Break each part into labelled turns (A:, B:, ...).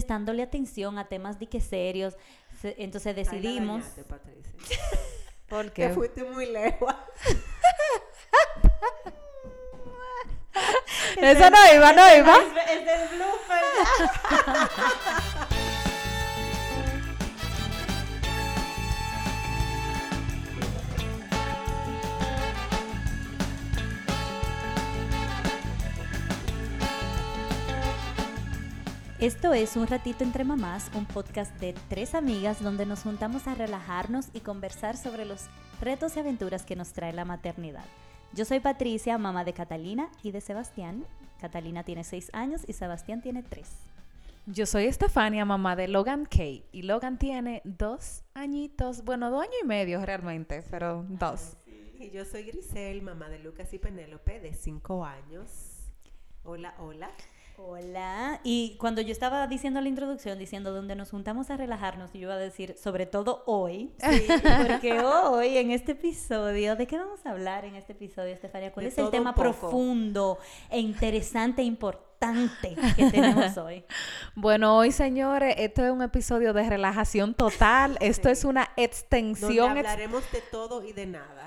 A: prestándole atención a temas de que serios. Se- entonces decidimos.
B: Ahí la dañaste, Patricia.
C: ¿Por
B: Te
C: qué?
B: fuiste muy lejos.
C: Eso no iba, no iba.
B: Es del blooper.
A: Esto es Un Ratito Entre Mamás, un podcast de tres amigas donde nos juntamos a relajarnos y conversar sobre los retos y aventuras que nos trae la maternidad. Yo soy Patricia, mamá de Catalina y de Sebastián. Catalina tiene seis años y Sebastián tiene tres.
C: Yo soy Estefania, mamá de Logan Kay. Y Logan tiene dos añitos, bueno, dos años y medio realmente, pero dos.
B: Y yo soy Grisel, mamá de Lucas y Penélope, de 5 años. Hola, hola.
A: Hola. Y cuando yo estaba diciendo la introducción, diciendo donde nos juntamos a relajarnos, yo iba a decir, sobre todo hoy, porque hoy en este episodio, ¿de qué vamos a hablar en este episodio, Estefania? ¿Cuál
B: De
A: es el
B: todo
A: tema
B: poco.
A: profundo e interesante e importante que tenemos hoy?
C: Bueno, hoy señores, esto es un episodio de relajación total. Esto
B: Sí.
C: es una
B: Donde
C: extensión, ex-
B: hablaremos de todo y de nada.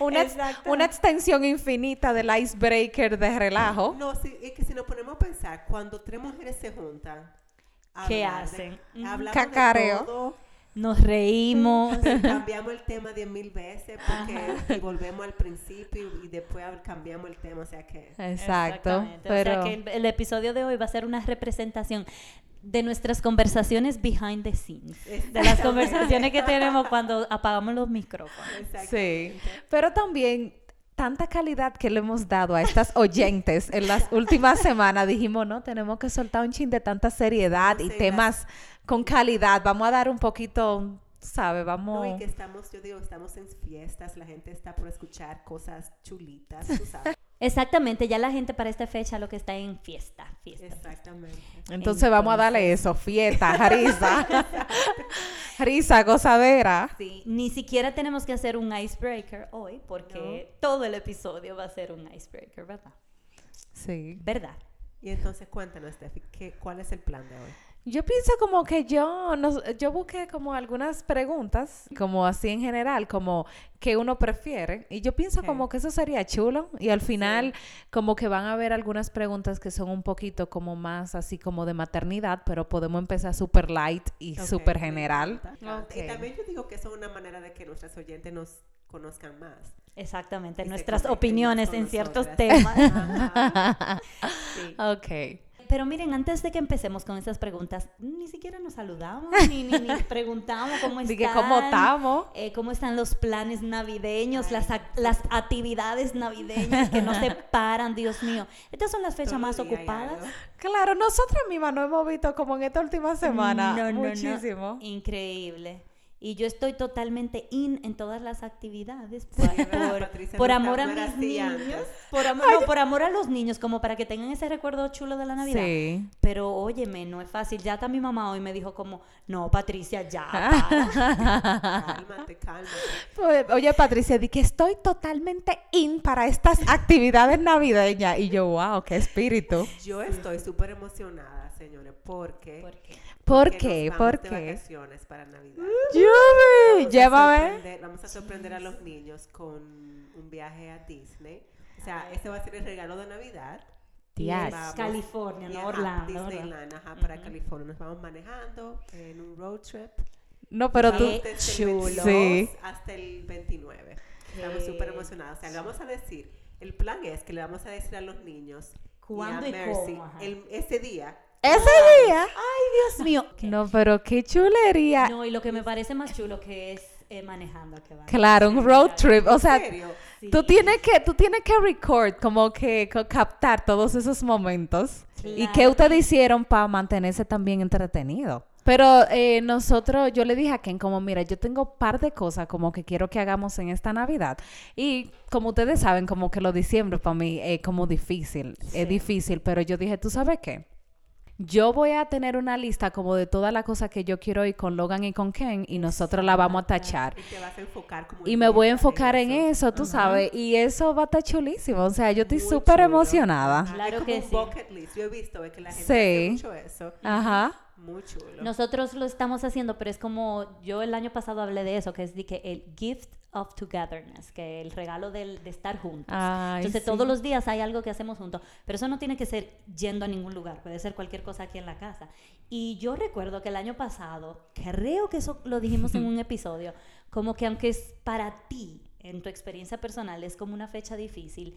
C: una, ex-
A: Exacto.
C: una extensión infinita del icebreaker de relajo.
B: No, sí, es que si nos ponemos a pensar, cuando tres mujeres se juntan,
A: ¿Qué
B: hablar de-
A: hacen? Ujú.
B: Hablamos
C: Cacareo.
B: de todo,
A: Nos reímos.
B: cambiamos el tema diez mil veces porque, y volvemos al principio y después hab- cambiamos el tema, o sea que...
C: Exacto.
A: Exactamente.
C: Pero
A: O sea que el, el episodio de hoy va a ser una representación de nuestras conversaciones behind the scenes. De las conversaciones que tenemos cuando apagamos los micrófonos.
C: Sí, pero también tanta calidad que le hemos dado a estas oyentes en las últimas semanas. Dijimos, no, tenemos que soltar un chin de tanta seriedad y
B: Sí,
C: temas con calidad. Vamos a dar un poquito, ¿sabe? Vamos...
B: No, y que estamos, yo digo, estamos en fiestas, la gente está por escuchar cosas chulitas, tú sabes.
A: Exactamente, ya la gente para esta fecha lo que está en fiesta, fiesta.
B: Exactamente.
C: Entonces, vamos a darle eso, fiesta, risa, risa, gozadera.
A: Sí, ni siquiera tenemos que hacer un icebreaker hoy porque todo el episodio va a ser un icebreaker, ¿verdad?
C: Sí.
A: ¿Verdad?
B: Y entonces cuéntanos, Steffi, ¿qué- ¿cuál es el plan de hoy?
C: Yo pienso como que yo, no- yo busqué como algunas preguntas, como así en general, como que uno prefiere. Y yo pienso
B: Ok.
C: como que eso sería chulo. Y al final como que van a haber algunas preguntas que son un poquito como más así como de maternidad, pero podemos empezar súper light y
B: Ok,
C: súper
B: me
C: general.
B: encanta.
C: Ok.
B: Y también yo digo que eso es una manera de que nuestras oyentes nos conozcan más.
A: Exactamente,
B: Y se
A: nuestras
B: conecten más
A: opiniones
B: con
A: en ciertos
B: nosotras.
A: temas.
B: Ajá. Sí.
C: Ok.
A: Pero miren, antes de que empecemos con estas preguntas, ni siquiera nos saludamos, ni, ni, ni preguntamos cómo están.
C: Así que como estamos.
A: eh, cómo están los planes navideños,
B: Ay.
A: las, ac- las actividades navideñas que no se paran, Dios mío. Estas son las fechas
B: Todo
A: más
B: día hay
A: ocupadas.
B: algo.
C: Claro, nosotras mismas no hemos visto como en esta última semana
A: No, no, no.
C: muchísimo.
A: Increíble. Y yo estoy totalmente in en todas las actividades
B: Sí,
A: por,
B: ¿verdad,
A: por-
B: Patricia?
A: por
B: No
A: amor a
B: estamos
A: mis
B: así
A: niños.
B: antes.
A: Por amor, no, por amor a los niños, como para que tengan ese recuerdo chulo de la Navidad.
C: Sí.
A: Pero óyeme, no es fácil. Ya está mi mamá hoy me dijo como, no, Patricia, ya. para".
B: Cálmate, cálmate.
C: Oye, oye, Patricia, di que estoy totalmente in para estas actividades navideñas. Y yo, wow, qué espíritu.
B: Yo estoy súper emocionada, señores, porque...
A: ¿Por qué?
C: ¿Por
B: porque
C: qué?
B: nos vamos
C: ¿Por
B: de
C: qué?
B: vacaciones para Navidad.
C: Llueve,
B: Vamos a
C: llévame.
B: sorprender- Vamos a sorprender a los niños con un viaje a Disney. O sea, ese va a ser el regalo de Navidad.
C: Tías.
B: Vamos.
A: California, no
B: Y a
A: Orlando, ¿verdad?
B: Disneyland, ajá, para
A: Ujú.
B: California. Nos vamos manejando en un road trip.
C: No, pero tú.
A: Qué
B: Vamos desde el
A: chulo.
B: 22
C: Sí.
B: Hasta el 29. Estamos
A: Qué
B: súper emocionados. O sea, le vamos a decir, el plan es que le vamos a decir a los niños.
A: ¿Cuándo y
B: a Mercy
A: cómo? Ajá.
B: el- ese día.
C: Ese día.
A: Dios mío.
C: No, pero qué chulería.
A: No, y lo que me parece más chulo que es eh, manejando que va.
C: Claro, un road trip. O sea,
B: ¿En serio?
A: Sí.
C: tú tienes que, tú tienes que record, como que co- captar todos esos momentos. ¿Y qué
A: Claro.
C: ustedes hicieron para mantenerse también entretenido? Pero eh, nosotros, yo le dije a Ken como, mira, yo tengo un par de cosas como que quiero que hagamos en esta Navidad. Y como ustedes saben, como que lo diciembre para mí es como difícil,
A: Sí.
C: es difícil, pero yo dije, ¿tú sabes qué? Yo voy a tener una lista como de todas las cosas que yo quiero ir con Logan y con Ken y nosotros la vamos a tachar.
B: Y te vas a enfocar como
C: Y me voy a
B: dieta
C: enfocar en eso, tú sabes. Y eso va a estar chulísimo. O sea, yo estoy súper
B: chulo.
C: emocionada.
B: Ajá,
A: Claro
B: es como
A: que
B: un
A: sí.
B: bucket list. Yo he visto eh, que la gente
C: Sí.
B: hace mucho eso.
C: Ajá.
B: Muy chulo.
A: Nosotros lo estamos haciendo, pero es como yo el año pasado hablé de eso, que es de que el gift of togetherness, que el regalo del, de estar juntos.
C: Ay,
A: Entonces
C: sí.
A: todos los días hay algo que hacemos juntos, pero eso no tiene que ser yendo a ningún lugar, puede ser cualquier cosa aquí en la casa. Y yo recuerdo que el año pasado, creo que eso lo dijimos en un episodio, como que aunque es para ti, en tu experiencia personal, es como una fecha difícil.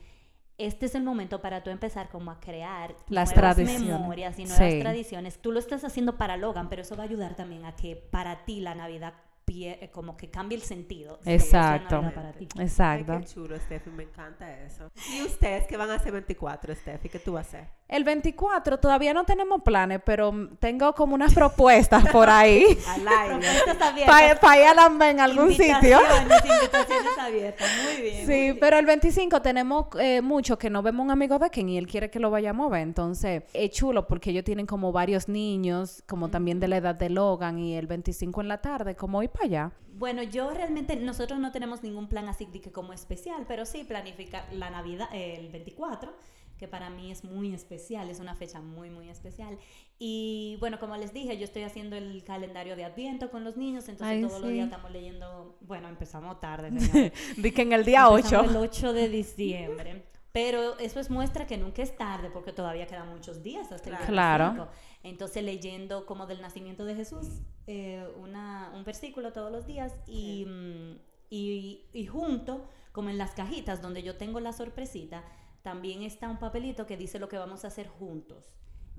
A: Este es el momento para tú empezar como a crear
C: Las
A: nuevas
C: tradiciones.
A: memorias y nuevas
C: Sí.
A: tradiciones. Tú lo estás haciendo para Logan, pero eso va a ayudar también a que para ti la Navidad pie- eh, como que cambie el sentido. de que sea
C: Exacto.
A: Navidad para ti.
B: Ay,
C: Exacto.
B: qué chulo, Steffi, me encanta eso. ¿Y ustedes qué van a hacer 24, Steffi? ¿Qué tú vas a hacer?
C: El 24 todavía no tenemos planes, pero mm, tengo como unas propuestas por ahí
B: Al aire.
A: Propuestas abiertas.
C: para ir a Lambé en algún sitio.
A: Invitaciones, invitaciones abiertas. Muy bien. muy
C: Sí,
A: bien.
C: pero el 25 tenemos eh, mucho que no vemos un amigo de Ken y él quiere que lo vayamos a ver. Entonces, es chulo porque ellos tienen como varios niños, como también de la edad de Logan, y el 25 en la tarde, como ir para allá.
A: Bueno, yo realmente, nosotros no tenemos ningún plan así de que como especial, pero sí planificar la Navidad, eh, el 24, que para mí es muy especial, es una fecha muy, muy especial. Y bueno, como les dije, yo estoy haciendo el calendario de Adviento con los niños, entonces
C: Ay,
A: todos los
C: sí.
A: días estamos leyendo, bueno, empezamos tarde, señores.
C: Dije en el día 8.
A: Empezamos El 8 de diciembre. Pero eso es muestra que nunca es tarde porque todavía quedan muchos días hasta el
C: Claro.
A: 25. Entonces leyendo como del nacimiento de Jesús eh, una, un versículo todos los días y, mm, y, y junto, como en las cajitas donde yo tengo la sorpresita, también está un papelito que dice lo que vamos a hacer juntos.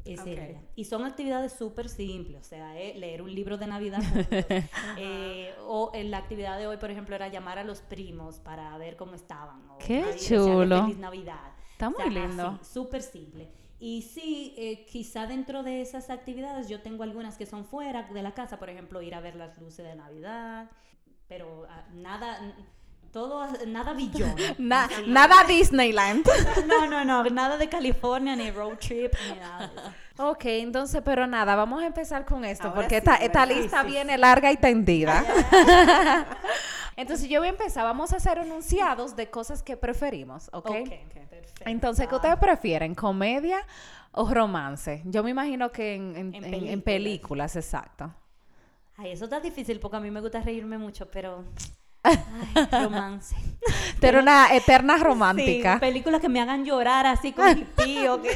A: ese
B: Ok.
A: día. Y son actividades súper simples, o sea, eh, leer un libro de Navidad juntos, Eh, o en la actividad de hoy, por ejemplo, era llamar a los primos para ver cómo estaban. o
C: ¡Qué
A: ahí desearles
C: chulo!
A: Feliz Navidad.
C: Está muy lindo.
A: así, Súper simple. Y sí, eh, quizá dentro de esas actividades yo tengo algunas que son fuera de la casa, por ejemplo, ir a ver las luces de Navidad, pero ah, nada, n- todo, nada billón.
C: Na- nada Disneyland.
A: No, no, no, nada de California, ni road trip, ni nada. de eso.
C: ok, entonces, pero nada, vamos a empezar con esto,
B: Ahora
C: porque
B: sí,
C: esta, esta
B: ¿verdad?
C: lista
A: Sí, sí,
C: viene larga y tendida. entonces, yo voy a empezar. Vamos a hacer enunciados de cosas que preferimos, ¿ok?
A: ok, perfecto. Ah,
C: Entonces, ¿qué ustedes prefieren? ¿Comedia o romance? Yo me imagino que en, en-
A: En
C: en- en películas.
A: películas.
C: exacto.
A: Ay, eso está difícil porque a mí me gusta reírme mucho, pero. Ay, romance.
C: Pero una eterna
A: Sí,
C: romántica.
A: películas que me hagan llorar así con mi tío. que-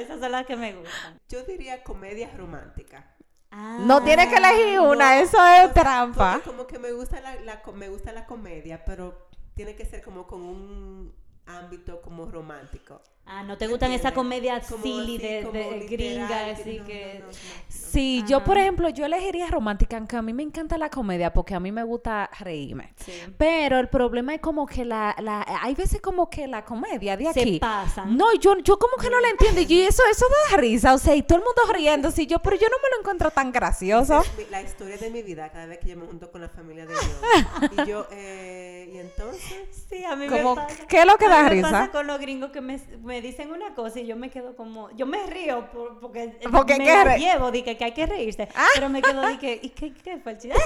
A: Esas son las que me gustan.
B: Yo diría comedia romántica.
A: Ah,
C: no tiene que elegir una,
A: no.
C: eso
B: O sea,
C: es trampa.
B: porque Como que me gusta la, la co- me gusta la comedia, pero tiene que ser como con un ámbito como romántico.
A: Ah, no te gustan esas comedias
B: Como
A: silly
B: así,
A: de,
B: como
A: de
B: literal,
A: gringa,
B: que
A: así
B: no,
A: que.
B: no, no, no.
C: Sí, yo por
A: Ajá.
C: ejemplo, yo elegiría romántica, aunque a mí me encanta la comedia porque a mí me gusta reírme.
A: Sí.
C: Pero el problema es como que la, la hay veces como que la comedia de
A: Se
C: aquí
A: pasan.
C: No, yo, yo como que no la entiendo. Y yo, eso, eso da risa. O sea, y todo el mundo riéndose. Y yo, pero yo no me lo encuentro tan gracioso.
B: Mi- La historia de mi vida, cada vez que yo me junto con la familia de Dios. y yo, eh, y entonces,
A: Sí, a mí
C: Como,
A: me pasa.
C: ¿qué es lo que
A: A
C: da
A: mí me
C: risa?
A: pasa con los gringos que me, me dicen una cosa y yo me quedo como, yo me río por- porque, eh,
C: Porque
A: me
C: hay que
A: la
C: re- Ah.
A: llevo, di que, que hay que reírse, pero me quedo di que, ¿y qué, qué fue el chiste?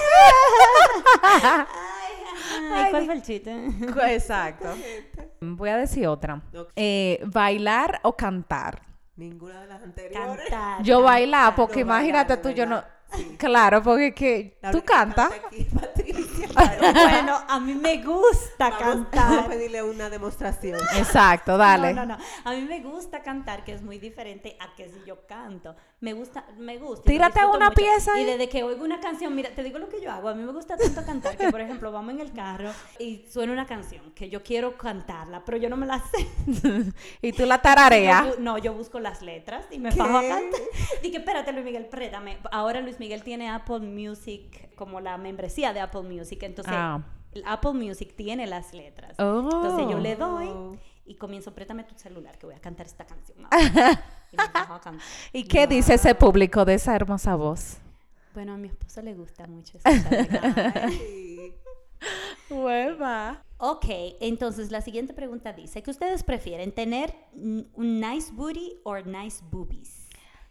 A: Ay,
C: Ay,
A: ¿cuál
C: di-
A: fue el chiste?
C: Exacto. Voy a decir otra.
B: Ok.
C: Eh, bailar o cantar.
B: ninguna de las anteriores.
A: Ah, Cantar.
C: Yo bailar,
A: cantar.
C: porque
B: no, bailar,
C: imagínate
B: no,
C: tú, yo no.
B: bailar, sí.
C: Claro, porque que
B: La
C: tú
B: única que
C: cantas.
B: canta aquí es Patricia.
A: Bueno, a mí me gusta
B: Vamos
A: cantar.
B: a pedirle una demostración.
C: Exacto, dale.
A: No, no, no. A mí me gusta cantar, que es muy diferente a que si yo canto. Me gusta, me gusta. y lo
C: Tírate
A: disfruto
C: una pieza
A: Y
C: ahí.
A: desde que oigo una canción, mira, te digo lo que yo hago. A mí me gusta tanto cantar que, por ejemplo, vamos en el carro y suena una canción que yo quiero cantarla, pero yo no me la sé.
C: Y tú la tarareas.
A: Yo bu- no, yo busco las letras y me bajo a cantar. Dije, espérate, Luis Miguel, prédame. Ahora Luis Miguel tiene Apple Music, como la membresía de Apple Music. Entonces,
C: Ah.
A: el Apple Music tiene las letras.
C: Oh.
A: Entonces yo le doy
B: Oh.
A: y comienzo, préstame tu celular que voy a cantar esta canción. ahora". y me bajo a cantar.
C: ¿Y qué dice ese público de esa hermosa voz?
A: Bueno, a mi esposo le gusta mucho escuchar.
B: Ay.
C: Hueva.
A: Ok, entonces la siguiente pregunta dice que ustedes prefieren tener mm, un nice booty o nice boobies.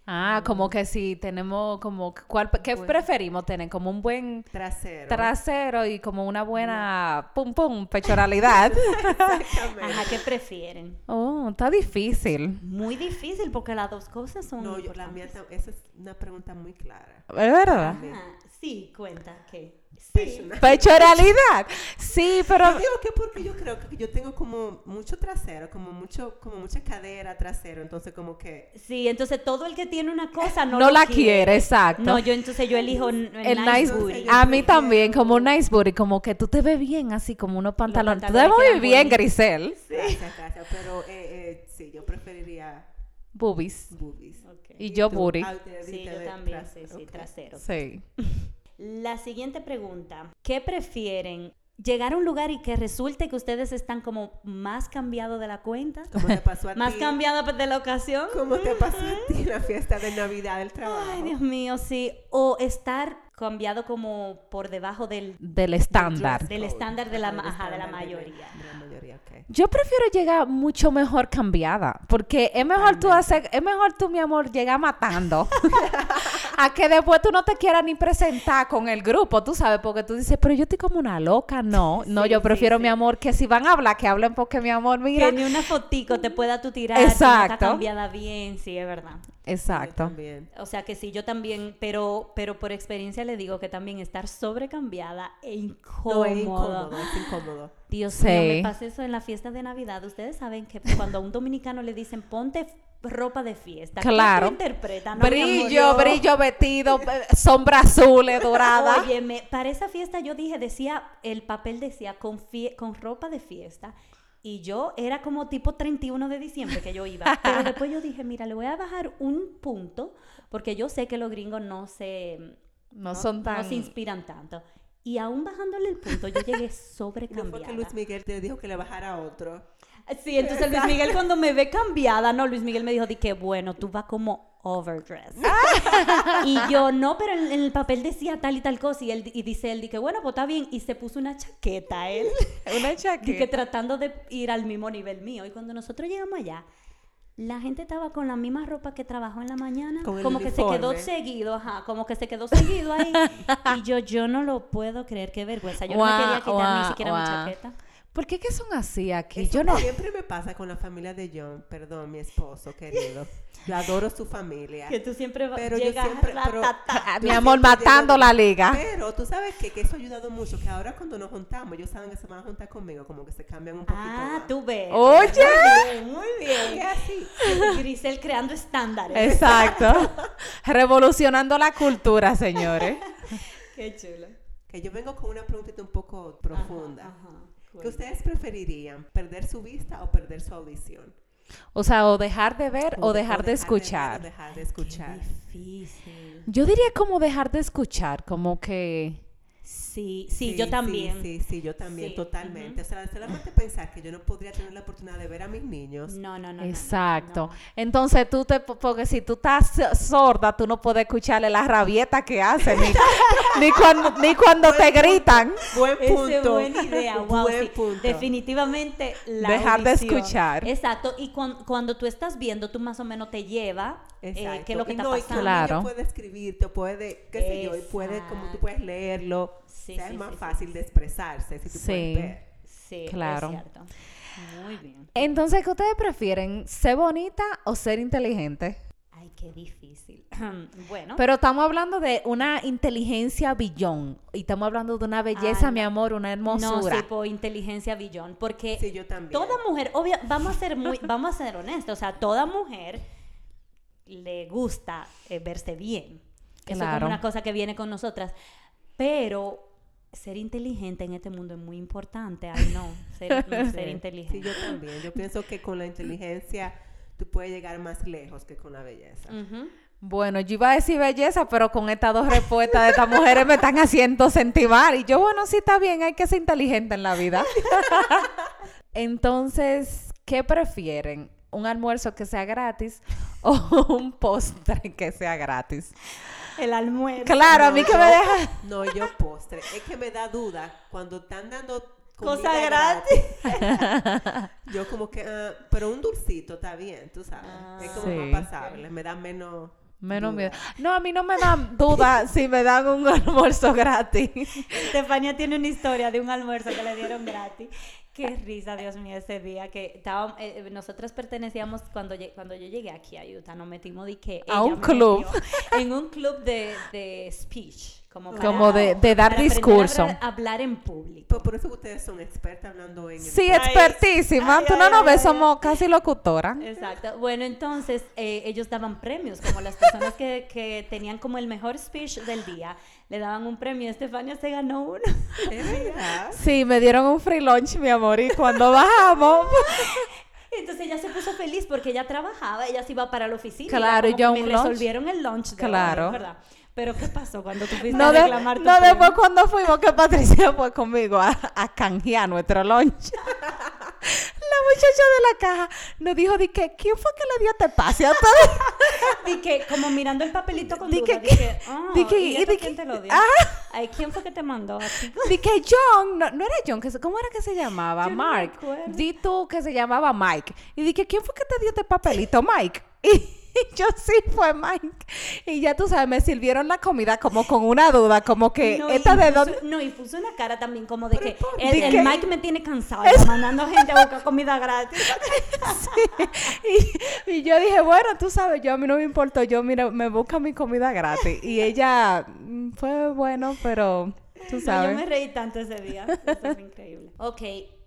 C: Ah, como que si tenemos como cuál qué
B: Bueno.
C: preferimos tener como un buen
B: Trasero.
C: trasero y como una buena pum pum pechoralidad.
B: Exactamente.
A: Ajá, ¿qué prefieren?
C: oh, está difícil.
A: Muy difícil porque las dos cosas son.
B: No, yo, la mía,
A: importantes.
B: ta- esa es una pregunta muy clara.
C: ¿Es verdad?
A: Ajá, sí, cuenta que.
B: Pecho,
A: Sí.
B: ¿no?
C: Pechoralidad. Sí, pero
B: Yo digo que porque yo creo que yo tengo como mucho trasero, como mucho, como mucha cadera trasero, entonces como que
A: Sí, entonces todo el que tiene una cosa no,
C: no,
A: lo
C: la quiere, exacto.
A: No, yo entonces yo elijo n-
C: el nice Ah,
A: booty.
B: yo
C: A mí
B: prefiero-
C: también, como un nice booty, como que tú te ves bien así, como unos pantalones. Tú te ves
A: pantalones
C: muy
A: quedan
C: bien,
A: bonitos.
C: Grisel.
B: gracias, gracias, pero eh, eh, sí, yo preferiría
C: Boobies.
B: boobies.
A: Ok.
C: Y yo
B: tú,
C: booty.
B: out there,
A: Sí,
B: viste
A: yo
B: de
A: también, sí,
B: trasero,
A: sí,
B: ok.
A: trasero.
C: Sí.
A: La siguiente pregunta, ¿qué prefieren? ¿Llegar a un lugar y que resulte que ustedes están como más cambiados de la cuenta?
B: Como te pasó a
A: ¿Más
B: ti.
A: cambiados de la ocasión?
B: Como te pasó a ti la fiesta de Navidad del trabajo.
A: Ay, Dios mío, sí. O estar cambiado como por debajo del,
C: Del estándar.
A: del estándar de la,
B: Del
A: ma- ajá, de la
B: estándar
A: mayoría.
B: De la mayoría, ok.
C: Yo prefiero llegar mucho mejor cambiada, porque es mejor tú hacer, es mejor tú, mi amor, llegar matando, a que después tú no te quieras ni presentar con el grupo, tú sabes, porque tú dices, pero yo estoy como una loca, no, no,
A: Sí,
C: yo
A: sí,
C: prefiero,
A: sí.
C: mi amor, que si van a hablar, que hablen, porque mi amor, mira,
A: Que ni una fotico te pueda tú tirar. que no Está
C: Exacto.
A: cambiada bien, sí, es verdad.
B: Yo
C: exacto,
B: también.
A: O sea que sí, yo también, pero, pero por experiencia le digo que también estar sobrecambiada e
B: No,
A: incómodo.
B: es incómodo, es incómodo.
A: Dios
C: Sí.
A: mío, me pasa eso en la fiesta de Navidad. Ustedes saben que cuando a un dominicano le dicen ponte f- ropa de fiesta, ¿qué
C: Claro.
A: tú interpretas? No, mi amor,
C: brillo,
A: yo-
C: brillo vestido, eh, sombra azul, eh, dorada,
A: Óyeme, para esa fiesta yo dije, decía, el papel decía con, fie- con ropa de fiesta. Y yo era como tipo 31 de diciembre que yo iba. Pero después yo dije, mira, le voy a bajar un punto porque yo sé que los gringos no se,
C: no son tan,
A: se inspiran tanto. Y aún bajándole el punto, yo llegué
B: No fue que
A: sobrecambiada.
B: Luis Miguel te dijo que le bajara otro.
A: Sí, entonces Luis Miguel cuando me ve cambiada, no, Luis Miguel me dijo, di que bueno, tú vas como overdressed. y yo, no, pero en, en el papel decía tal y tal cosa, y, él, y dice él, di que bueno, pues está bien, y se puso una chaqueta él,
C: una
A: di que
C: chaqueta.
A: tratando de ir al mismo nivel mío. Y cuando nosotros llegamos allá, la gente estaba con la misma ropa que trabajó en la mañana,
B: Con el
A: como que se quedó
B: uniforme.
A: seguido, ajá, como que se quedó seguido ahí. y yo, yo no lo puedo creer, qué vergüenza. Yo no me
C: Guau,
A: quería quitar ni
C: guau,
A: siquiera mi
C: guau.
A: chaqueta.
C: ¿Por qué que son así aquí?
B: Eso
C: yo no,
B: Siempre me pasa con la familia de John, perdón, mi esposo querido. Yo adoro su familia.
A: Que tú siempre va-
B: Pero yo
A: llegas
B: siempre- pero-
A: ratatá.
C: Ah,
B: Yo
C: mi amor,
B: siempre
C: matando
B: llego-
C: la liga.
B: Pero tú sabes que, que eso ha ayudado mucho, que ahora cuando nos juntamos, ellos saben que se van a juntar conmigo, como que se cambian un poquito.
A: Ah,
B: más.
A: tú ves.
C: Oye.
A: Muy
B: Es
A: bien,
B: así.
A: muy bien. Grisel creando estándares.
C: Exacto. Revolucionando la cultura, señores.
A: Qué chulo.
B: Que yo vengo con una preguntita un poco profunda.
A: Ajá, ajá.
B: ¿Qué ustedes preferirían? ¿Perder su vista o perder su audición?
C: O sea, o dejar de ver o,
B: de-
C: dejar de
B: ver
C: escuchar.
B: o dejar de escuchar.
A: Difícil.
C: Yo diría como dejar de escuchar, como que...
A: Sí, sí, yo también.
B: Sí, sí, yo también,
A: Sí,
B: totalmente. O sea, solamente pensar que yo no podría tener la oportunidad de ver a mis niños.
A: No, no, no, no. no,
C: Exacto.
A: no.
C: Entonces tú te... Porque si tú estás sorda, tú no puedes escucharle la rabieta que hacen, ni, ni cuando, ni cuando te gritan.
B: Buen punto.
A: Esa es buena idea, wow,
B: Buen
A: sí.
B: punto.
A: Definitivamente la
C: Dejar de
A: audición.
C: escuchar.
A: Exacto, y cuan- cuando tú estás viendo, tú más o menos te lleva eh,
B: Exacto.
A: qué es lo que
B: y
A: está
B: no, y que
A: pasando.
C: Claro.
B: el niño puede escribirte, o puede, qué sé yo, y puede, como tú puedes leerlo.
A: Sí,
B: o sea,
A: sí,
B: es más
A: sí, sí,
B: fácil
A: sí.
B: de expresarse si tú
C: Sí.
B: puedes ver.
A: Sí,
C: Claro.
A: es cierto. Muy bien.
C: Entonces, ¿qué ustedes prefieren? ¿Ser bonita o ser inteligente?
A: Ay, qué difícil. bueno.
C: Pero estamos hablando de una inteligencia billón. Y estamos hablando de una belleza,
A: no.
C: mi amor, una hermosura.
A: No, sí, por inteligencia billón, porque
B: Sí, yo también.
A: toda mujer, obvio, vamos a ser muy, vamos a ser honestos, o sea, toda mujer le gusta eh, verse bien. Eso es como
C: Claro.
A: una cosa que viene con nosotras, pero ser inteligente en este mundo es muy importante. Ay, no, ser, no, ser
B: Sí. Sí,
A: inteligente.
B: yo también. Yo pienso que con la inteligencia tú puedes llegar más lejos que con la belleza.
A: Ujú.
C: Bueno, yo iba a decir belleza, pero con estas dos respuestas de estas mujeres me están haciendo sentir mal. Y yo, bueno, sí está bien, hay que ser inteligente en la vida. Entonces, ¿qué prefieren? ¿Un almuerzo que sea gratis o un postre que sea gratis?
A: El almuerzo.
C: Claro, a mí que me deja...
B: No, yo postre. Es que me da duda cuando están dando
A: Cosa
B: comida
A: gratis.
B: yo como que, ah, pero un dulcito está bien, tú sabes.
A: Ah.
B: es como
C: Sí.
B: más pasable, me da menos
C: Menos
B: Duda.
C: miedo. No, a mí no me dan duda si me dan un almuerzo gratis.
A: Estefania tiene una historia de un almuerzo que le dieron gratis. Qué risa, Dios mío, ese día que estábamos, eh, eh, nosotros pertenecíamos cuando, lle- cuando yo llegué aquí a Utah, nos metimos de que
C: A
A: ella
C: un
A: me
C: club.
A: metió en un club de, de speech, como, para-
C: Como de- de dar
A: para aprender
C: discurso.
A: a hablar- hablar en público.
B: Por, por eso ustedes son expertas hablando en el-
C: Sí, expertísima.
A: Ay,
C: Tú no
A: ay,
C: nos
A: ay,
C: ves,
A: ay.
C: somos casi locutora.
A: Exacto. Bueno, entonces eh, ellos daban premios, como las personas que, que tenían como el mejor speech del día, le daban un premio. Estefania se ganó uno.
B: Es verdad.
C: Sí, me dieron un free lunch, mi amor, y cuando bajamos,
A: Entonces ella se puso feliz porque ella trabajaba, ella se iba para la oficina.
C: Claro,
A: y
C: yo
A: yo
C: a
A: me
C: un lunch.
A: resolvieron el lunch. de
C: Claro.
A: hoy, ¿verdad? Pero ¿qué pasó cuando tú fuiste
C: no,
A: a
C: de-
A: reclamar tu
C: no
A: premio?
C: después cuando fuimos que Patricia fue conmigo a, a canjear nuestro lunch. La muchacha de la caja nos dijo, di que, ¿quién fue que le dio este pase a todos?
A: Di que, como mirando el papelito con
C: Di
A: duda,
C: que-
A: di que, "Ah,
C: di que-
A: ¿y
C: y
A: esto
C: di
A: quién
C: que-
A: te lo dio?
C: ah.
A: Ay, ¿quién fue que te mandó a ti?
C: Di que John, no, no era John, que se- ¿cómo era que se llamaba?
A: Yo no me
C: Mark.
A: acuerdo.
C: Di tú que se llamaba Mike. Y dije, ¿quién fue que te dio este papelito, Mike? Y yo sí fue Mike. Y ya tú sabes, me sirvieron la comida como con una duda, como que
A: No, y
C: esta de
A: puso-
C: dónde...
A: No, y puso una cara también como de que
C: ¿por
A: el,
C: qué?
A: el Mike me tiene cansado mandando gente a buscar comida gratis.
C: Y, y yo dije, bueno, tú sabes, yo a mí no me importó, yo mira, me busca mi comida gratis. Y ella mm, fue bueno, pero tú
A: No, yo
C: sabes.
A: me reí tanto ese día. Eso fue increíble. Ok,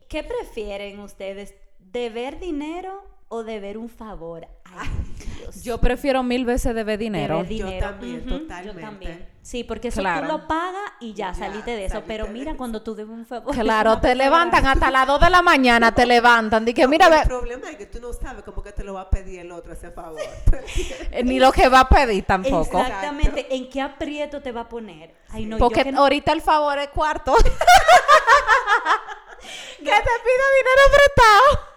A: ¿qué prefieren ustedes? ¿Deber dinero o deber un favor? Ay, Dios.
C: Yo prefiero mil veces deber dinero.
A: Deber
B: Yo
A: dinero.
B: también,
A: Ujú,
B: totalmente.
A: Yo también. Sí, porque eso
C: Claro.
A: tú lo pagas y ya,
B: Ya,
A: saliste de eso.
B: saliste
A: pero
B: de
A: mira,
B: eso.
A: cuando tú debes un favor.
C: Claro,
A: una
C: te
A: persona-
C: levantan hasta las 2 de la mañana, te levantan. Dije, mira,
B: Pero
C: ve,
B: el problema es que tú no sabes cómo que te lo va a pedir el otro ese favor.
C: eh, ni lo que va a pedir tampoco.
A: Exactamente. ¿En qué aprieto te va a poner? Ay, no, yo
C: Porque
A: que no-
C: ahorita el favor es cuarto. que te pido dinero prestado.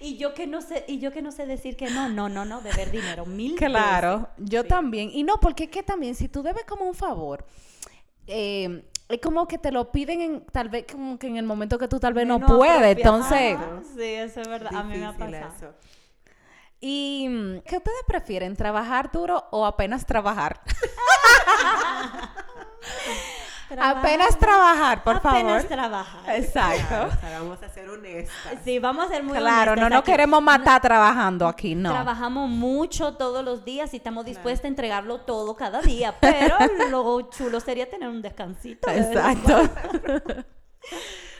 A: Y yo que no sé, y yo que no sé decir que no, no, no, no, deber dinero, mil veces.
C: Claro, yo
A: Sí.
C: también. Y no, porque es que también, si tú debes como un favor, eh, es como que te lo piden en, tal vez como que en el momento que tú tal vez no, puedes.
A: apropia-
C: Entonces,
A: Ajá, sí, eso es verdad. A mí me ha
B: Difícil
A: pasado.
B: eso.
C: ¿y mm, qué ustedes prefieren? ¿Trabajar duro o apenas trabajar? apenas trabajar, por
A: Apenas
C: favor.
A: trabajar.
B: Claro,
C: Exacto.
B: o sea, vamos a ser honestas.
A: Sí, vamos a ser muy
C: Claro, no
A: honestas
C: nos
A: aquí.
C: queremos matar trabajando aquí, no.
A: Trabajamos mucho todos los días y estamos dispuestas a entregarlo todo cada día, pero lo chulo sería tener un descansito. de vez en
C: Exacto.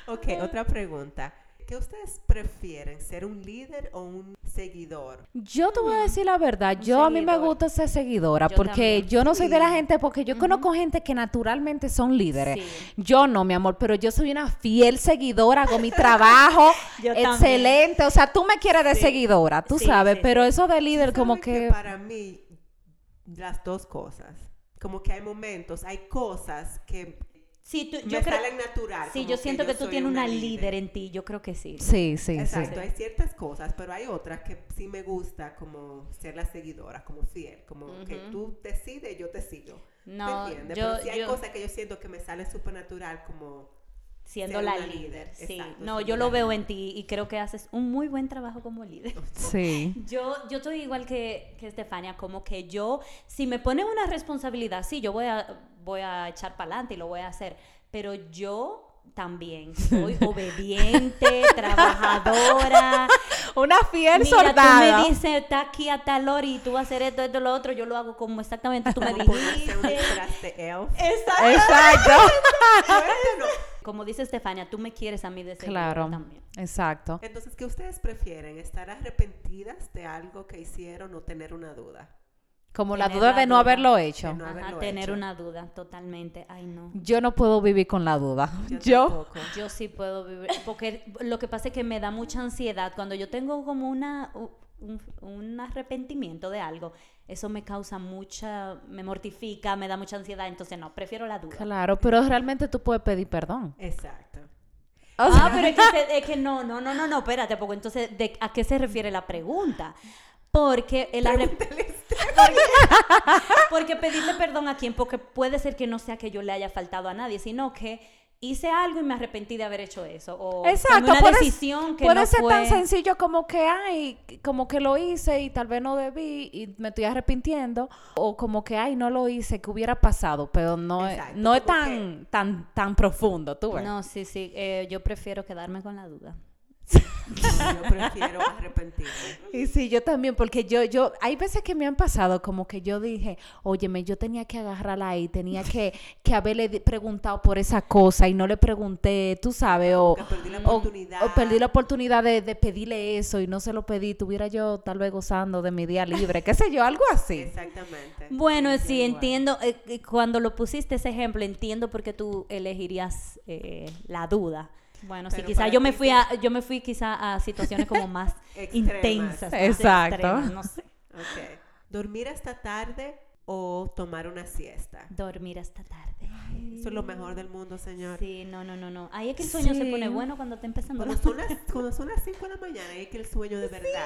B: Ok, otra pregunta. ¿Qué ustedes prefieren, ser un líder o un seguidor?
C: Yo te voy a decir la verdad,
A: Un
C: yo a mí me
A: seguidor.
C: gusta ser seguidora
A: Yo
C: porque
A: también.
C: yo no soy de la
B: Sí.
C: gente, porque yo conozco gente que naturalmente son líderes.
A: Sí.
C: Yo no, mi amor, pero yo soy una fiel seguidora, hago mi trabajo,
A: Yo también.
C: excelente. O sea, tú me quieres de
A: Sí.
C: seguidora, tú
A: Sí,
C: sabes,
A: sí,
C: pero
A: sí.
C: eso de líder como
B: ¿Saben
C: que...
B: Para mí, las dos cosas. Como que hay momentos, hay cosas que
A: Sí, tú-
B: me
A: yo creo-
B: salen natural.
A: sí,
B: como
A: yo siento que, tú
B: soy
A: tienes una líder en ti, yo creo que sí.
C: Sí, sí, sí.
B: Exacto, hay ciertas cosas, pero hay otras que sí me gusta como ser la seguidora, como fiel, como que
A: Ujú.
B: tú decides, yo te sigo.
A: No,
B: ¿Me entiendes?
A: yo-
B: pero sí hay
A: yo-
B: cosas que yo siento que me salen súper natural, como
A: Siendo
B: ser
A: la
B: una
A: líder.
B: líder,
A: Sí,
B: exacto,
A: no,
B: siendo
A: yo
B: la
A: lo veo
B: líder.
A: en ti y creo que haces un muy buen trabajo como líder.
C: Sí.
A: Yo, yo estoy igual que, que Estefania, como que yo, si me ponen una responsabilidad, sí, yo voy a, voy a echar para adelante y lo voy a hacer, pero yo también soy obediente, trabajadora.
C: Una fiel
A: Mira,
C: soldada.
A: tú me dices, está aquí a tal hora y tú vas a hacer esto, esto, lo otro, yo lo hago como exactamente tú me
B: como ponerse un
A: dijiste.
B: disfraz de elf.
A: Exacto.
C: Exacto.
B: Fuerte, no.
A: Como dice Estefania, tú me quieres a mí de seguro
C: Claro.
A: también.
C: Exacto.
B: Entonces, ¿qué ustedes prefieren? ¿Estar arrepentidas de algo que hicieron o tener una duda?
C: Como la
A: Tener
C: duda
A: la
C: de no
A: duda.
C: haberlo hecho.
B: No
A: Ajá,
B: haberlo
A: tener
B: hecho.
A: una duda, totalmente. Ay, no.
C: Yo no puedo vivir con la duda. Yo...
B: tampoco.
A: Yo sí puedo vivir, porque lo que pasa es que me da mucha ansiedad. Cuando yo tengo como una, u- un, un arrepentimiento de algo, eso me causa mucha, me mortifica, me da mucha ansiedad. Entonces, no, prefiero la duda.
C: Claro, pero realmente tú puedes pedir perdón.
B: Exacto.
C: O sea,
A: Ah, pero es que, se- es que no, no, no, no, no, espérate, porque entonces, ¿de- ¿a qué se refiere la pregunta? Porque el arrep- porque, porque pedirle perdón a quien, porque puede ser que no sea que yo le haya faltado a nadie, sino que hice algo y me arrepentí de haber hecho eso. O
C: Exacto,
A: tomé una
C: puede,
A: decisión que
C: puede
A: no
C: ser
A: fue...
C: tan sencillo como que ay, como que lo hice y tal vez no debí y me estoy arrepintiendo o como que ay, no lo hice, que hubiera pasado, pero no es,
B: Exacto,
C: no es
B: como
C: tan tan tan profundo, tú ves.
A: No, sí, sí. eh, yo prefiero quedarme con la duda.
B: Yo prefiero arrepentirme.
C: Y sí, yo también, porque yo, yo, hay veces que me han pasado como que yo dije, óyeme, yo tenía que agarrarla ahí, tenía que, que haberle di- preguntado por esa cosa y no le pregunté, tú sabes, o,
B: Que perdí la
C: o-
B: oportunidad.
C: o perdí la oportunidad de, de pedirle eso y no se lo pedí, tuviera yo tal vez gozando de mi día libre, qué sé yo, algo así.
B: Exactamente.
A: Bueno, sí,
B: igual.
A: entiendo. eh, eh, cuando lo pusiste ese ejemplo, entiendo por qué tú elegirías eh, la duda. Bueno, sí,
B: Pero
A: quizá
B: para
A: yo me
B: ti
A: fui
B: que-
A: a, yo me fui quizá a situaciones como más
B: Extremas.
A: intensas. más
C: Exacto.
A: extremas, no sé.
B: Ok. Dormir hasta tarde o tomar una siesta.
A: Dormir hasta tarde.
B: Eso es lo mejor del mundo, señor.
A: Sí, no, no, no, no. Ahí es que el sueño se
C: Sí.
A: pone bueno cuando está empezando.
B: Cuando
A: la-
B: son, las, cuando son las 5 de la mañana es que el sueño de verdad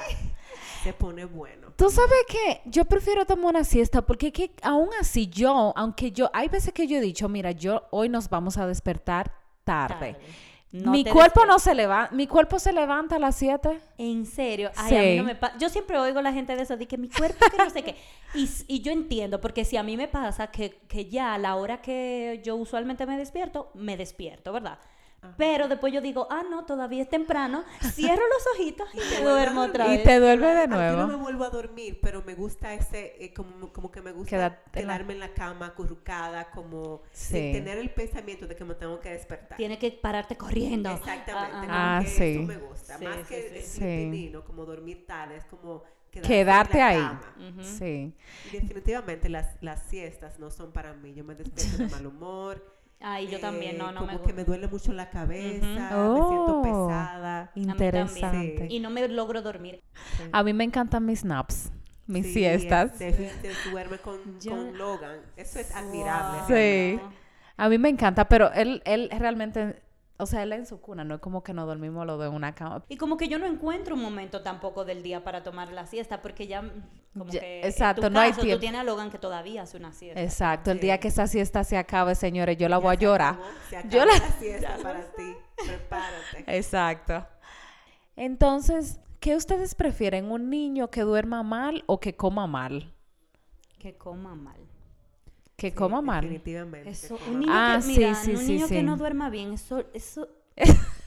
B: se pone bueno.
C: Tú sabes que yo prefiero tomar una siesta porque es que aún así yo, aunque yo, hay veces que yo he dicho, mira, yo hoy nos vamos a despertar tarde.
A: No
C: mi
A: te
C: cuerpo
A: despiertes.
C: no se levanta, mi cuerpo se levanta a las 7.
A: En serio, ay, a mí
C: Sí.
A: no me pa- Yo siempre oigo a la gente de eso, de que mi cuerpo que no sé qué. Y, s- y yo entiendo, porque si a mí me pasa que, que ya a la hora que yo usualmente me despierto, me despierto, ¿verdad? Pero después yo digo, ah, no, todavía es temprano, cierro los ojitos y me duermo otra
C: Y
A: vez.
C: te duerme de
B: Ah, Yo no me
C: nuevo.
B: vuelvo a dormir, pero me gusta ese, eh, como, como que me gusta
C: Quedarte en la-
B: quedarme en la cama acurrucada, como
C: Sí.
B: sin tener el pensamiento de que me tengo que despertar.
A: Tiene que pararte corriendo.
B: Exactamente. como
A: Ah, ah.
C: Ah,
B: que
C: sí.
B: Eso me gusta.
A: Sí,
B: Más
A: sí,
B: que
A: sí.
B: el
C: Sí.
B: filipinino, como dormir tarde, es como
C: Quedarte
B: en la
C: ahí.
B: cama.
A: ah. Ujú.
C: Sí.
B: Y definitivamente las, las siestas no son para mí. Yo me despierto de mal humor.
A: Ay, yo
B: eh,
A: también, no, no
B: como
A: me
B: que
A: gusta.
B: me duele mucho la cabeza, me
C: Oh.
B: siento pesada.
C: Interesante.
A: Y no me logro dormir.
C: A mí me encantan mis naps, mis
B: Sí, este.
C: siestas.
B: es- de- de- duerme con,
A: Yo-
B: con Logan. Eso es admirable.
A: Wow.
C: Sí.
A: no.
C: A mí me encanta, pero él, él realmente, o sea, él en su cuna, no es como que nos dormimos lo de una cama.
A: Y como que yo no encuentro un momento tampoco del día para tomar la siesta, porque ya mm, como
C: Ya,
A: que
C: exacto,
A: en tu
C: no hay
A: caso,
C: tiempo.
A: tú tienes a Logan que todavía hace una siesta.
C: Exacto, el
B: Sí.
C: día que esa siesta se acabe, señores, yo la voy a
B: Ya se
C: llorar.
B: acabó, se acabó
C: Yo la-
B: la... siesta para ti. Prepárate.
C: Exacto. Entonces, ¿qué ustedes prefieren? ¿Un niño que duerma mal o que coma mal?
A: Que coma mal.
C: Que coma mal.
B: Definitivamente.
A: Eso,
B: coma
A: un niño
C: Eh, Ah,
A: que,
C: sí,
A: mira,
C: sí,
A: un
C: sí,
A: niño que
C: sí.
A: no duerma bien, eso, eso,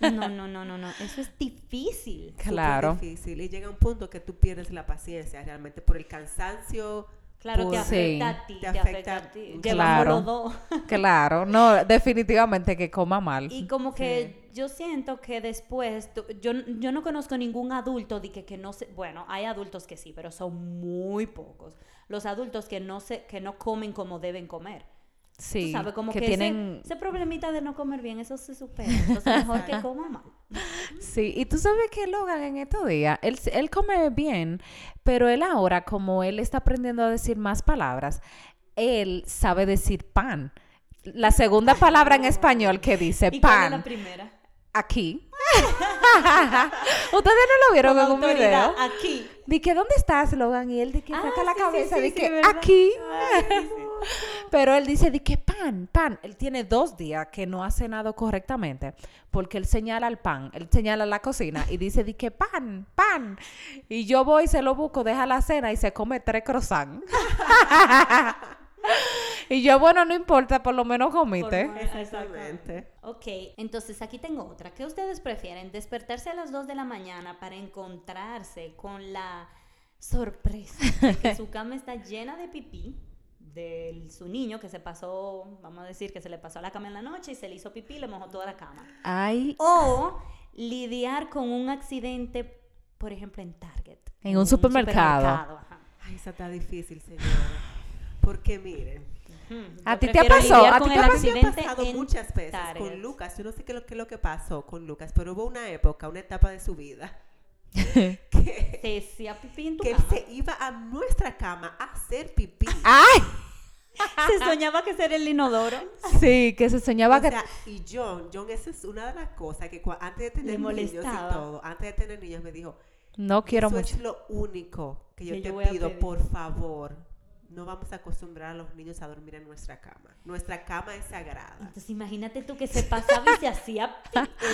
A: no, no, no, no, no, eso es difícil.
B: súper
C: Claro.
B: difícil y llega un punto que tú pierdes la paciencia realmente por el cansancio.
A: Claro, te
B: por-
C: Pues Sí.
A: afecta a ti, te,
B: Te
A: afecta, a
B: afecta
A: ti.
B: mucho.
A: Llevamos
C: Claro.
A: los dos.
C: Claro, no, definitivamente que coma mal.
A: Y como que yo siento que después, tú- yo, yo no conozco ningún adulto de que, que no se, bueno, hay adultos que sí, pero son muy pocos. Los adultos que no se, que no comen como deben comer. Tú
C: Sí,
A: sabes, como
C: que,
A: que,
C: tienen...
A: ese, ese problemita de no comer bien, eso se supera. Entonces mejor que coma mal.
C: Sí, y tú sabes que Logan en estos días, él, s- él come bien, pero él ahora, como él está aprendiendo a decir más palabras, él sabe decir pan. La segunda palabra en español que dice
A: ¿Y cuál es la
C: pan,
A: primera?
C: aquí. Ustedes no lo vieron
A: Con
C: en un video.
A: autoridad, aquí.
C: Di que, ¿dónde estás, Logan? Y él di que
A: Ah,
C: saca la
A: sí, sí,
C: cabeza,
A: sí,
C: di
A: sí,
C: que,
A: ¿verdad?
C: aquí. Pero él dice, di que pan, pan. Él tiene dos días que no ha cenado correctamente porque él señala el pan, él señala la cocina y dice, di que pan, pan. Y yo voy, se lo busco, deja la cena y se come tres croissants. y yo, bueno, no importa, por lo menos comiste.
A: Por-
B: Exactamente.
A: Ok, entonces aquí tengo otra. ¿Qué ustedes prefieren? ¿Despertarse a las 2 de la mañana para encontrarse con la sorpresa de que su cama está llena de pipí de su niño que se pasó, vamos a decir, que se le pasó a la cama en la noche y se le hizo pipí y le mojó toda la cama?
C: Ay,
A: O lidiar con un accidente, por ejemplo, en Target.
C: En un supermercado.
A: ajá.
B: Ay, esa está difícil, señora. Porque miren,
A: Ujú,
C: ¿A
A: yo
C: ti te
A: prefiero
C: pasó?
A: lidiar
C: ¿A ti
A: con
C: te
A: el
C: pasó?
B: A mí me ha
A: accidente
B: pasado
A: en
B: muchas veces
A: Target.
B: con Lucas. Yo no sé qué es lo que, lo que pasó con Lucas, pero hubo una época, una etapa de su vida que,
A: Se hacía pipí en tu
B: que él
A: cama.
B: se iba a nuestra cama a hacer pipí.
C: ay,
A: Se soñaba que ser el inodoro.
C: sí, que se soñaba
B: O
C: que...
B: sea, y John, John, esa es una de las cosas que cua- antes de tener niños y
A: molestaba.
B: todo, antes de tener niños me dijo,
C: No quiero
B: eso
C: mucho.
B: es lo único que yo
A: Que yo
B: te
A: voy a
B: pido,
A: pedir".
B: por favor, no vamos a acostumbrar a los niños a dormir en nuestra cama. Nuestra cama es sagrada. Ah.
A: Entonces imagínate tú que se pasaba y se hacía.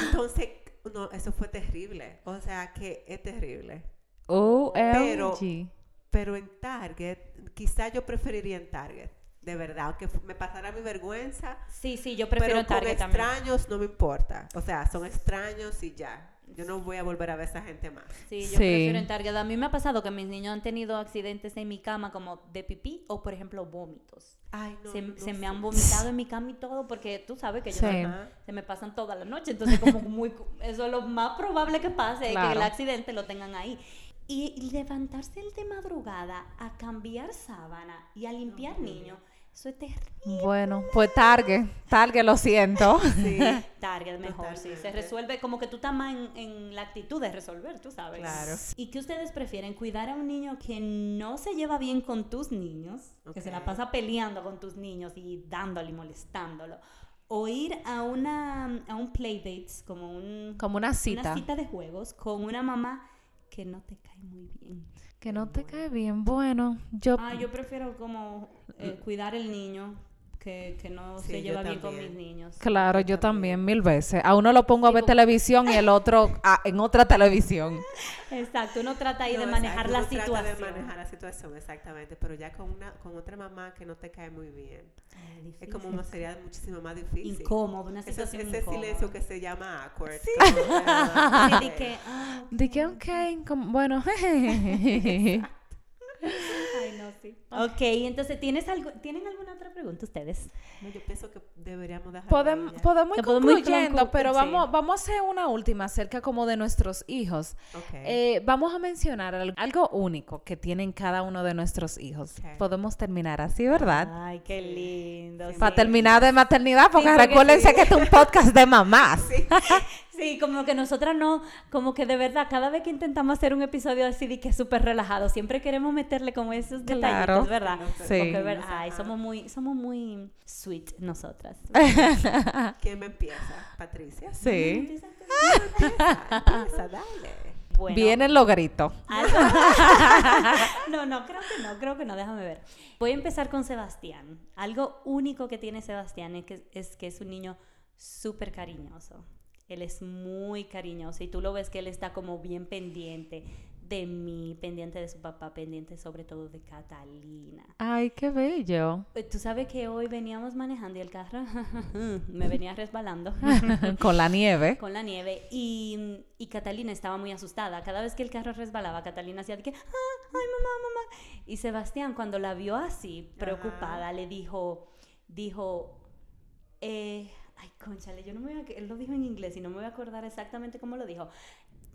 B: Entonces, no, eso fue terrible. O sea, que es terrible.
C: OMG.
B: Pero en Target, quizá yo preferiría en Target, de verdad, aunque fu- me pasara mi vergüenza.
A: Sí, sí, yo
B: Pero
A: prefiero
B: con
A: Target también.
B: extraños no me importa. O sea, son extraños y ya. Yo no voy a volver a ver a esa gente más.
A: Sí, yo
C: Sí.
A: prefiero en Target. A mí me ha pasado que mis niños han tenido accidentes en mi cama como de pipí o, por ejemplo, vómitos.
B: Ay, no.
A: se,
B: no Ah,
A: se me
B: sé.
A: han vomitado en mi cama y todo porque tú sabes que yo
C: Sí.
A: duermo-
B: Ajá.
A: se me pasan toda la noche entonces como muy cu- eso es lo más probable que pase que
C: Claro.
A: el accidente lo tengan ahí y levantarse el de madrugada a cambiar sábana y a limpiar niños eso es terrible
C: Bueno, pues Target. Target, lo siento.
B: Sí.
A: Target mejor sí se
B: Totalmente.
A: resuelve como que tú estás más en, en la actitud de resolver tú sabes
B: Claro.
A: y qué ustedes prefieren cuidar a un niño que no se lleva bien con tus niños que se la
B: Ok.
A: pasa peleando con tus niños y dándole y molestándolo o ir a una a un playdates como un
C: Como una
A: una
C: cita.
A: cita de juegos con una mamá que no te cae muy bien
C: Que no te cae bien. Bueno, yo.
A: ah yo prefiero como eh, cuidar el niño que, que no
B: Sí,
A: se
B: yo
A: lleva bien con mis
B: también.
A: niños
C: Claro, yo también mil veces. A uno lo pongo a ver televisión y el otro a- en otra televisión.
A: exacto uno trata ahí
B: No,
A: de
B: exacto,
A: manejar
B: uno
A: la
B: trata
A: situación
B: De manejar la situación, exactamente. Pero ya con, una, con otra mamá que no te cae muy bien.
A: Ay,
B: Es
A: difícil.
B: como una sería muchísimo más difícil.
A: incómodo una
B: Eso es-
A: situación
B: ese
A: incómoda.
B: silencio que se llama awkward. como que, ah,
A: Y de que, ah,
C: De que, ok, como- bueno.
A: ay, no, sí. Ok, entonces, ¿tienes algo, ¿tienen alguna otra pregunta ustedes?
B: no, yo pienso que deberíamos dejar.
C: Podem- podemos ir
A: Que podemos ir
C: concluyendo,
A: conclu-
C: pero
A: sí.
C: vamos, vamos a hacer una última acerca como de nuestros hijos. Eh, vamos a mencionar al- algo único que tienen cada uno de nuestros hijos.
B: Ok.
C: Podemos terminar así, ¿verdad?
A: Ay, qué lindo.
B: Sí.
A: sí.
C: Para terminar de maternidad, porque
A: porque
C: recuérdense
A: sí.
C: que este es un podcast de mamás.
A: Sí, como que nosotras no, como que de verdad, cada vez que intentamos hacer un episodio así de que es súper relajado, siempre queremos meterle como esos
C: Claro.
A: detallitos, ¿verdad?
B: Sí.
A: Porque, ¿verdad?
B: Ajá.
A: Ay, somos muy, somos muy sweet nosotras.
B: ¿Quién me empieza? Patricia.
C: Sí.
B: Empieza, dale.
A: Bueno,
C: Vienen los gritos.
A: algo- no, no, creo que no, creo que no, déjame ver. Voy a empezar con Sebastián. Algo único que tiene Sebastián es que es, que es un niño súper cariñoso. Él es muy cariñoso y tú lo ves que él está como bien pendiente de mí, pendiente de su papá, pendiente sobre todo de Catalina.
C: Ay, qué bello.
A: Eh, Tú sabes que hoy veníamos manejando y el carro me venía resbalando.
C: Con la nieve.
A: con la nieve y, y Catalina estaba muy asustada. Cada vez que el carro resbalaba, Catalina hacía de que, "Ah, ay mamá, mamá. Y Sebastián cuando la vio así, preocupada, le dijo, dijo, eh, ay conchale, yo no me voy a, él lo dijo en inglés y no me voy a acordar exactamente cómo lo dijo.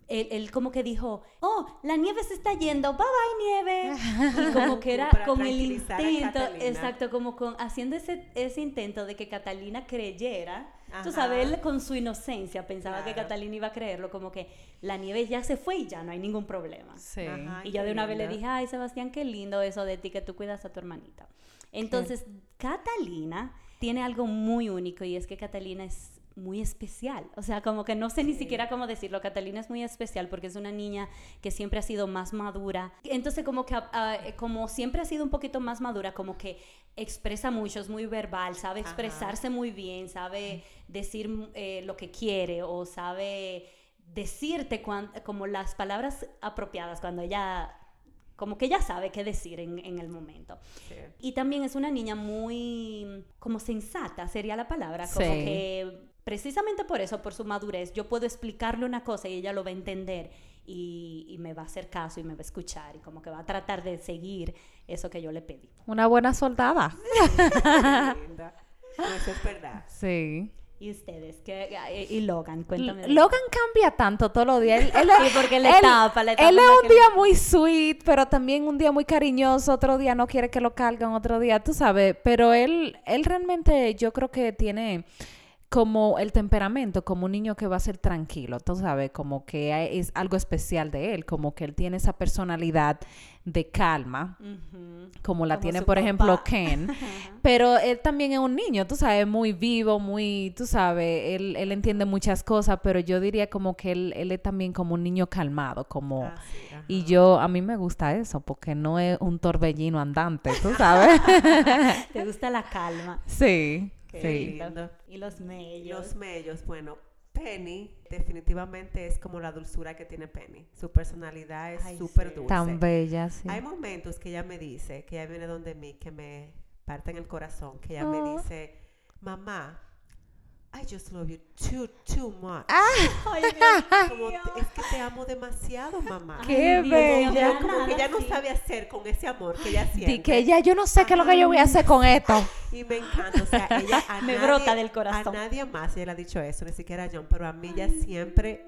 A: Él, él como que dijo, oh, la nieve se está yendo, bye bye nieve. Y como que era
B: Para
A: con el
B: tranquilizar a
A: intento,
B: Catalina.
A: exacto, como con haciendo ese, ese intento de que Catalina creyera. Tú
B: Ajá.
A: sabes, él con su inocencia pensaba que
B: Claro.
A: Catalina iba a creerlo, como que la nieve ya se fue y ya no hay ningún problema.
C: Sí.
B: Ajá. Ay,
A: y yo
B: qué
A: de una vez le
B: linda.
A: dije, ay Sebastián, qué lindo eso de ti, que tú cuidas a tu hermanita. Entonces, Catalina tiene algo muy único y es que Catalina es muy especial. O sea, como que no sé ni siquiera cómo decirlo. Catalina es muy especial porque es una niña que siempre ha sido más madura. Entonces, como que ah, eh, como siempre ha sido un poquito más madura, como que expresa mucho, es muy verbal, sabe
B: Ajá.
A: expresarse muy bien, sabe decir mm, eh, lo que quiere o sabe decirte cuan- como las palabras apropiadas cuando ella, como que ella sabe qué decir en, en el momento.
B: Sí.
A: Y también es una niña muy como sensata, sería la palabra, como
C: Sí.
A: que precisamente por eso, por su madurez, yo puedo explicarle una cosa y ella lo va a entender y, y me va a hacer caso y me va a escuchar y como que va a tratar de seguir eso que yo le pedí.
C: Una buena soldada.
B: Qué linda. No, eso es verdad.
C: Sí.
A: ¿Y ustedes? ¿Qué, y Logan, cuéntame. de-
C: Logan cambia tanto todos los días. Él, él
A: Sí,
C: es-
A: porque le
C: él-
A: tapa, le tapa
C: él
A: la
C: es un
A: que-
C: día muy sweet, pero también un día muy cariñoso, otro día no quiere que lo cargan, otro día, tú sabes. Pero él, él realmente yo creo que tiene como el temperamento, como un niño que va a ser tranquilo, tú sabes, como que es algo especial de él, como que él tiene esa personalidad de calma, uh -huh. como la como tiene, por papá. ejemplo, Ken. Pero él también es un niño, tú sabes, muy vivo, muy, tú sabes, él, él entiende muchas cosas, pero yo diría como que él, él es también como un niño calmado, como... Ah, sí, y yo, a mí me gusta eso, porque no es un torbellino andante, tú sabes.
A: Te gusta la calma.
C: Sí.
B: Qué
C: sí.
B: lindo.
A: Y los mellos.
B: Los mellos, bueno, Penny definitivamente es como la dulzura que tiene Penny. Su personalidad es súper sí. dulce.
C: Tan bella, sí.
B: Hay momentos que ella me dice, que ella viene donde mí, que me parten el corazón, que ella oh.
C: Ah.
B: me dice, mamá. I just love you too, too much.
A: Ay, Dios
B: como,
A: mío.
B: es que te amo demasiado, mamá.
C: Qué
B: Y
C: bella.
B: ella como que ella no sabe hacer con ese amor que ella siente.
C: Di que ella, yo no sé qué es lo que yo voy a hacer con esto.
B: Y me encanta, o sea, ella a
A: Me
B: nadie,
A: brota del corazón.
B: A nadie más ella le ha dicho eso, ni siquiera a John, pero a mí ella siempre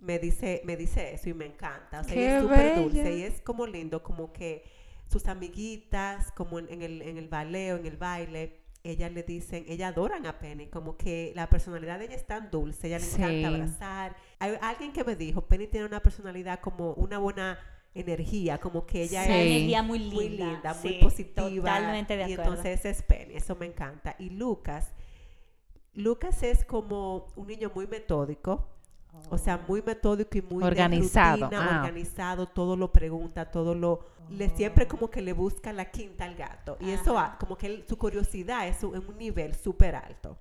B: me dice, me dice eso y me encanta. O sea,
C: Qué
B: ella es súper
C: bella.
B: dulce y es como lindo, como que sus amiguitas, como en, en el, en el baleo, en el baile, ellas le dicen, ellas adoran a Penny, como que la personalidad de ella es tan dulce, ella le
C: Sí.
B: encanta abrazar. Hay alguien que me dijo, Penny tiene una personalidad como una buena energía, como que ella
C: Sí.
A: Una
B: es
A: energía muy linda.
B: muy linda, muy
A: sí,
B: positiva.
A: Totalmente de acuerdo.
B: Y entonces ese es Penny, eso me encanta. Y Lucas, Lucas es como un niño muy metódico, o sea, muy metódico y muy de
C: Organizado,
B: rutina,
C: ah.
B: organizado, todo lo pregunta, todo lo le siempre como que le busca la quinta al gato y eso
A: Oh. Ajá.
B: ha- como que él- su curiosidad es un, en un nivel súper alto.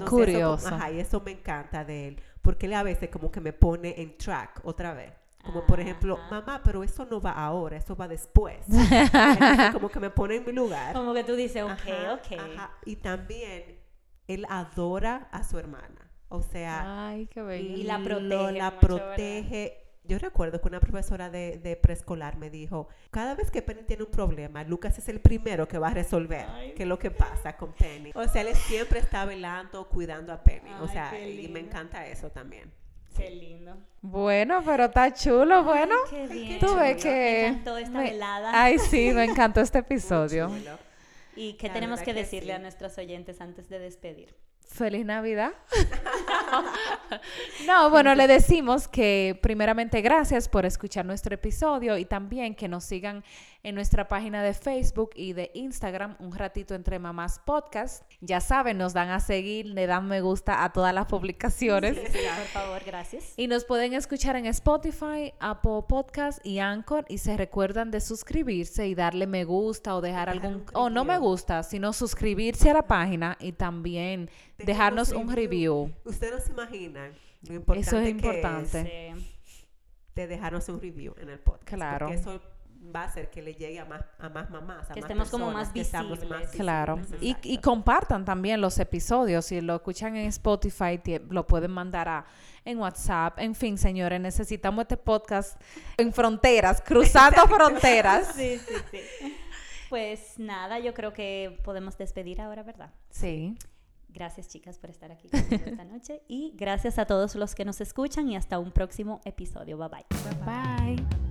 B: Entonces, eso como-
C: curioso.
B: ajá, y eso me encanta de él, porque él a veces como que me pone en track otra vez. Como por ejemplo,
A: Ajá.
B: mamá, pero eso no va ahora, eso va después. Entonces, como que me pone en mi lugar.
A: Como que tú dices, ok,
B: Ajá,
A: ok.
B: ajá. Y también él adora a su hermana. O sea,
C: Ay, qué
A: Y
C: bello.
A: la
B: lo-
A: protege
B: la
A: mucho,
B: protege. Yo recuerdo que una profesora de, de preescolar me dijo, cada vez que Penny tiene un problema, Lucas es el primero que va a resolver
A: Ay.
B: qué es lo que pasa con Penny. O sea, él siempre está velando, cuidando a Penny. o
A: Ay,
B: sea,
A: qué
B: y
A: lindo.
B: me encanta eso también.
A: Qué lindo.
C: Bueno, pero está chulo, bueno.
A: Qué bien.
C: Tú ves
A: chulo.
C: que...
A: Me encantó esta
C: me-
A: velada.
C: Ay, sí, me encantó este episodio.
B: Muy chulo.
A: ¿Y qué
B: La
A: tenemos
B: verdad
A: que
B: que
A: decirle
B: sí.
A: a nuestros oyentes antes de despedir?
C: Feliz Navidad. no, bueno, le decimos que primeramente gracias por escuchar nuestro episodio y también que nos sigan en nuestra página de Facebook y de Instagram, un ratito entre mamás podcast. Ya saben, nos dan a seguir, le dan me gusta a todas las publicaciones.
A: Por favor, gracias.
C: Y nos pueden escuchar en Spotify, Apple Podcast y Anchor y se recuerdan de suscribirse y darle me gusta o dejar
B: Dejar
C: algún
B: un
C: o no me
B: review.
C: gusta, sino suscribirse a la página y también dejarnos un review.
B: Ustedes no se imaginan lo importante
C: Eso es
B: que
C: importante.
B: es
A: Sí.
B: de dejarnos un review en el podcast.
C: Claro.
B: Porque eso va a hacer que le llegue a más, a más mamás, a
A: Que
B: más
A: estemos como
B: personas,
A: más
B: que estamos
A: visibles.
B: más
C: Claro.
B: visibles,
C: Y,
B: exacto.
C: y compartan también los episodios. Si lo escuchan en Spotify, tie- lo pueden mandar a, en WhatsApp. En fin, señores, necesitamos este podcast en fronteras, cruzando fronteras.
A: Sí, sí, sí. Pues nada, yo creo que podemos despedir ahora, ¿verdad?
C: Sí.
A: Gracias, chicas, por estar aquí conmigo esta noche. Y gracias a todos los que nos escuchan y hasta un próximo episodio. Bye bye.
C: Bye.